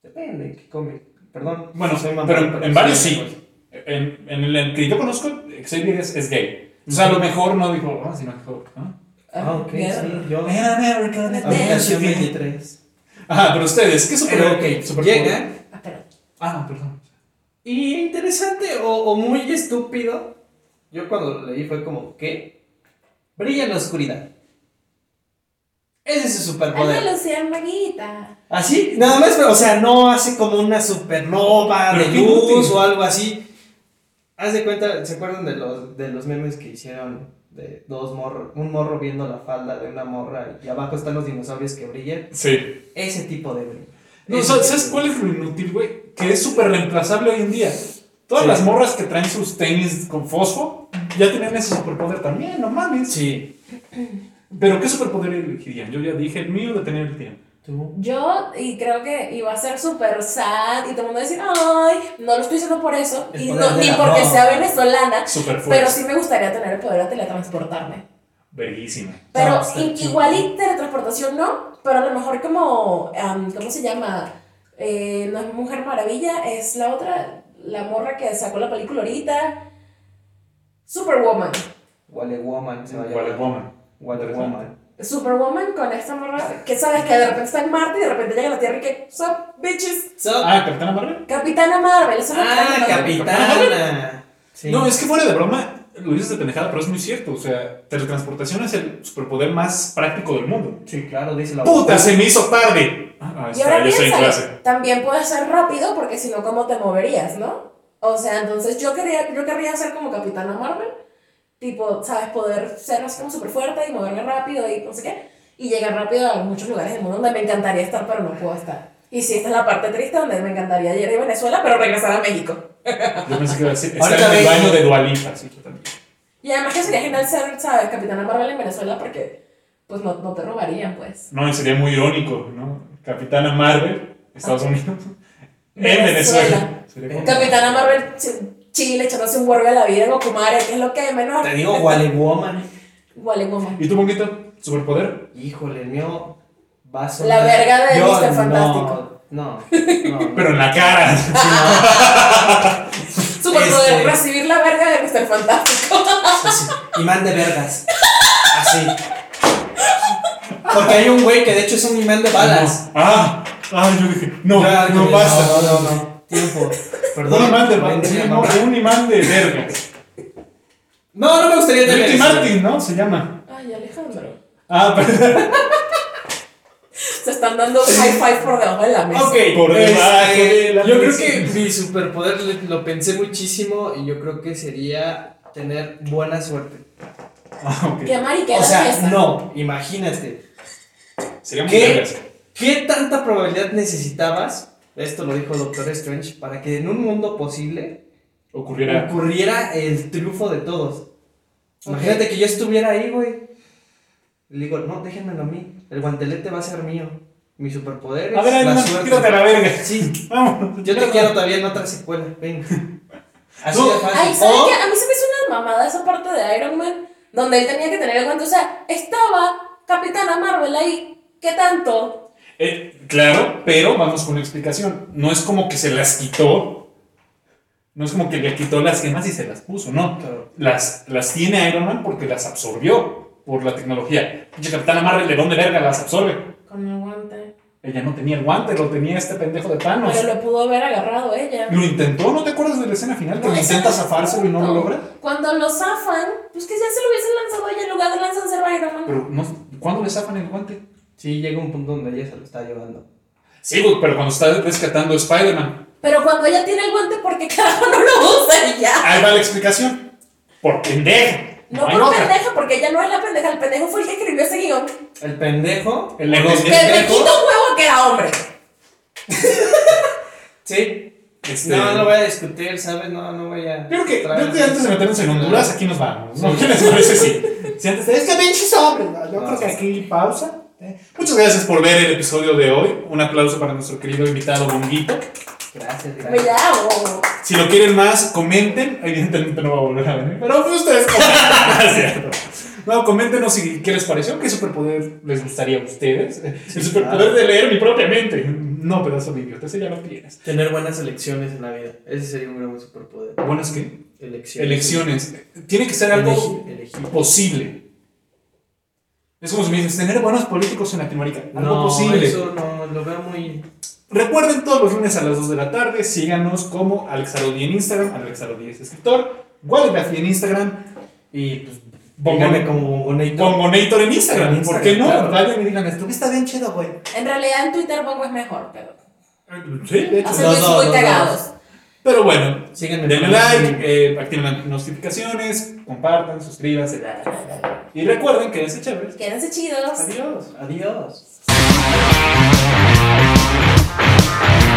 A: Depende de qué cómic. Perdón.
C: Bueno,
A: soy mamá,
C: pero en, en varios sí.
A: pues.
C: En, en el que yo conozco, Xavier es, es gay. O sea, a lo mejor no dijo, ah, sino dijo, ah.
A: Ah, ok,
B: Mierda.
A: sí. Yo.
C: America,
A: Aplicación 23.
C: Ajá, pero ustedes, ¿qué super,
A: Pero ok,
C: super-
A: llega.
B: Ah, pero-
C: Ah, perdón.
A: Y interesante o, o muy estúpido. Yo cuando lo leí fue como, ¿qué? Brilla en la oscuridad. Ese es su
F: Ana
A: superpoder.
F: Lucía Maguita.
A: Así, nada más, pero, o sea, no hace como una supernova
C: Pero
A: de
C: qué
A: luz
C: útil.
A: o algo así. Haz de cuenta, ¿se acuerdan de los, de los memes que hicieron? De dos morros, un morro viendo la falda de una morra y abajo están los dinosaurios que brillan.
C: Sí.
A: Ese tipo de brillo.
C: No,
A: Ese
C: ¿sabes,
A: tipo
C: sabes
A: de
C: cuál es lo inútil, güey? Que es súper reemplazable hoy en día. Todas
A: Sí.
C: las morras que traen sus tenis con fosfo ya tienen ese superpoder también, no mames.
A: Sí.
C: Pero ¿qué superpoder elegirían? Yo ya dije el mío de tener el tiempo.
A: Tú.
B: Yo y creo que iba a ser súper sad y todo el mundo va a decir, ay, no lo estoy diciendo por eso,
A: El
B: y
A: poder
B: no,
A: del
B: ni porque
A: amor.
B: sea venezolana,
C: Super fuerte.
B: pero sí me gustaría tener el poder de teletransportarme.
C: Verguísima.
B: Pero
A: Ah, está
B: i-
A: chido.
B: igual y teletransportación no, pero a lo mejor como, am, ¿cómo se llama? Eh, no es Mujer Maravilla, es la otra, la morra que sacó la película ahorita. Superwoman.
A: Wale Woman se va a llamar.
C: Wonder Woman.
A: Wonder Woman.
B: Superwoman con esta morra que sabes que de repente está en Marte y de repente llega a la Tierra y que, "Sup, bitches?
C: Ah, Capitana Marvel.
B: Capitana Marvel, eso es lo que
A: Ah,
B: está en Marvel.
A: capitana. Sí.
C: No, es que fuera de broma, lo dices de pendejada, pero es muy cierto. O sea, teletransportación es el superpoder más práctico del mundo.
A: Sí, claro, dice la
C: ¡Puta, se me hizo tarde! Ah, ahí
B: Y
C: está,
B: ahora
C: yo estoy en
B: piénsalo,
C: clase.
B: también puede ser rápido porque si no, ¿cómo te moverías, no? O sea, entonces yo querría, yo querría ser como Capitana Marvel, tipo, ¿sabes? Poder ser así como súper fuerte y moverme rápido y no sé qué, y llegar rápido a muchos lugares del mundo donde me encantaría estar, pero no puedo estar. Y si esta es la parte triste donde me encantaría llegar a Venezuela, pero regresar a México.
C: Yo pensé que iba a decir,
A: Ahorita
C: estar en el
A: ven.
C: baño de Dualipa. Sí, yo también.
B: Y además que sería genial ser, ¿sabes? Capitana Marvel en Venezuela porque, pues, no, no te robarían, pues.
C: No, y sería muy irónico, ¿no? Capitana Marvel, Estados Unidos, *laughs* en
B: Venezuela.
C: Venezuela. Sería como-
B: Capitana Marvel, ch- Chile, echándose un huergo a la vida en Ocumare, que es lo que menos...
A: Te digo Wale Woman.
B: Wally Woman.
C: ¿Y tú, Monguito? superpoder?
A: Híjole, el mío va a
B: La verga de
A: Yo
B: Mr.
A: no,
B: Fantástico. *laughs*
A: No, no, no.
C: Pero en la cara.
B: Superpoder,
A: Este-
B: recibir la verga de Mr. Fantástico.
A: Así, imán de vergas. Así. Porque hay un güey que de hecho es un imán de balas.
C: *laughs* No. Ah, ah, yo dije, no,
A: Ya,
C: no
A: que-
C: basta.
A: No, no, no. *laughs* Tiempo. Perdón.
C: Un imán de
A: Mentira,
C: no,
A: mamá.
C: un imán
A: *laughs*
C: de verga.
A: No, no me gustaría tener.
C: Ricky
A: eso.
C: Martin, ¿no? Se llama.
B: Ay, Alejandro.
C: Ah, *laughs* perdón.
B: Se están dando high five por debajo de la mesa.
A: Ok,
C: Por
A: este,
C: debajo de *laughs* la
A: yo creo
C: mesa.
A: que mi superpoder le- lo pensé muchísimo y yo creo que sería tener buena suerte.
C: Ah, ok.
B: Qué mariquera
A: O sea,
B: fiesta.
A: no, imagínate.
C: Sería muy
A: ¿Qué?
C: vergas.
A: ¿Qué tanta probabilidad necesitabas? Esto lo dijo Doctor Strange, para que en un mundo posible
C: Ocurriera.
A: ocurriera el triunfo de todos. Imagínate que yo estuviera ahí, güey. Le digo, no, déjenmelo a mí. El guantelete va a ser mío. Mi superpoder
C: A
A: es
C: ver,
A: la
C: Adrián,
A: suerte.
C: quítate a la verga.
A: Sí,
C: Vamos.
A: yo te quiero todavía en otra secuela.
C: *laughs*
A: Ven. Así
C: No.
A: de fácil.
B: Ay, ¿sabes
A: O-
B: qué? A mí se me hizo una mamada esa parte de Iron Man, donde él tenía que tener el guante. O sea, estaba Capitana Marvel ahí. ¿Qué tanto?
C: Eh, claro, pero vamos con una explicación. No es como que se las quitó. No es como que le quitó las gemas y se las puso, no.
A: Claro.
C: Las, las tiene Iron Man porque las absorbió por la tecnología. Pinche Capitana Marvel, ¿de dónde verga las absorbe?
B: Con el guante.
C: Ella no tenía el guante, lo tenía este pendejo de Thanos.
B: Pero lo pudo haber agarrado ella.
C: Lo intentó, ¿no te acuerdas de la escena final? Que
B: No,
C: lo
B: esa
C: intenta
B: no-
C: zafárselo y no lo logra.
B: Cuando lo zafan, pues que ya se lo hubiesen lanzado ella en lugar de lanzarse a Iron Man.
C: Pero no, ¿cuándo le zafan el guante?
A: Sí, llega un punto donde ella se lo está llevando.
C: Sí, güey, pero cuando está rescatando a Spider-Man.
B: Pero cuando ella tiene el guante, ¿por qué carajo no lo usa y ya?
C: Ahí va la explicación. Por pendejo.
B: No
C: hay
B: por
C: otra.
B: pendeja, porque ella no es la pendeja. El pendejo fue el que escribió ese guión.
A: El pendejo.
C: El ego-
A: los
C: el
B: Que me
A: pendejos-
B: quito un huevo que era hombre.
A: Sí.
C: Este,
A: No, no voy a discutir, ¿sabes? No, no voy a.
C: Creo que,
A: traer-
C: creo que antes de meternos en Honduras, aquí nos vamos. ¿no? ¿Qué les parece? Sí. Si antes de- es que pinches hombres, ¿no? Yo
A: No.
C: creo que aquí pausa. ¿eh? Muchas gracias por ver el episodio de hoy. Un aplauso para nuestro querido invitado Bonguito.
A: Gracias,
B: Me
A: gracias.
B: llamo.
C: Si lo quieren más, comenten. Evidentemente no va a volver a venir, pero pues ustedes *laughs* comenten. ¿cierto? No, coméntenos si, qué les pareció, qué superpoder les gustaría a ustedes. Eh, el superpoder
A: claro.
C: de leer mi propia mente. No, pedazo de idiota, ese ya lo tienes.
A: Tener buenas elecciones en la vida. Ese sería un gran superpoder.
C: Bueno, es que
A: Elecciones.
C: elecciones. Tiene que ser algo
A: Elegir. elegir.
C: posible. Es como si me dices, tener buenos políticos en Latinoamérica. Algo
A: No,
C: posible.
A: eso no, lo veo muy.
C: Recuerden todos los lunes a las 2 de la tarde, síganos como Alex Arodi en Instagram, Alex Arodi es escritor, Wallgraphy en Instagram y pues Bongo-
A: Póngame como bonito.
C: Bongonator en Instagram.
A: En
C: ¿Por
A: Instagram,
C: qué no?
A: claro.
C: Vayan y digan, estuviste bien chido, güey.
B: En realidad en Twitter Bongo es mejor, pero
C: Sí, de hecho.
B: hacen
A: no,
B: tweets
A: no,
B: muy
A: no,
B: cagados.
C: Pero bueno,
A: Síganme.
C: denle
A: por
C: like,
A: Instagram.
C: eh, activen las notificaciones, compartan, suscríbanse. Y recuerden que es chéveres.
B: Quédense chidos.
C: Adiós.
A: Adiós.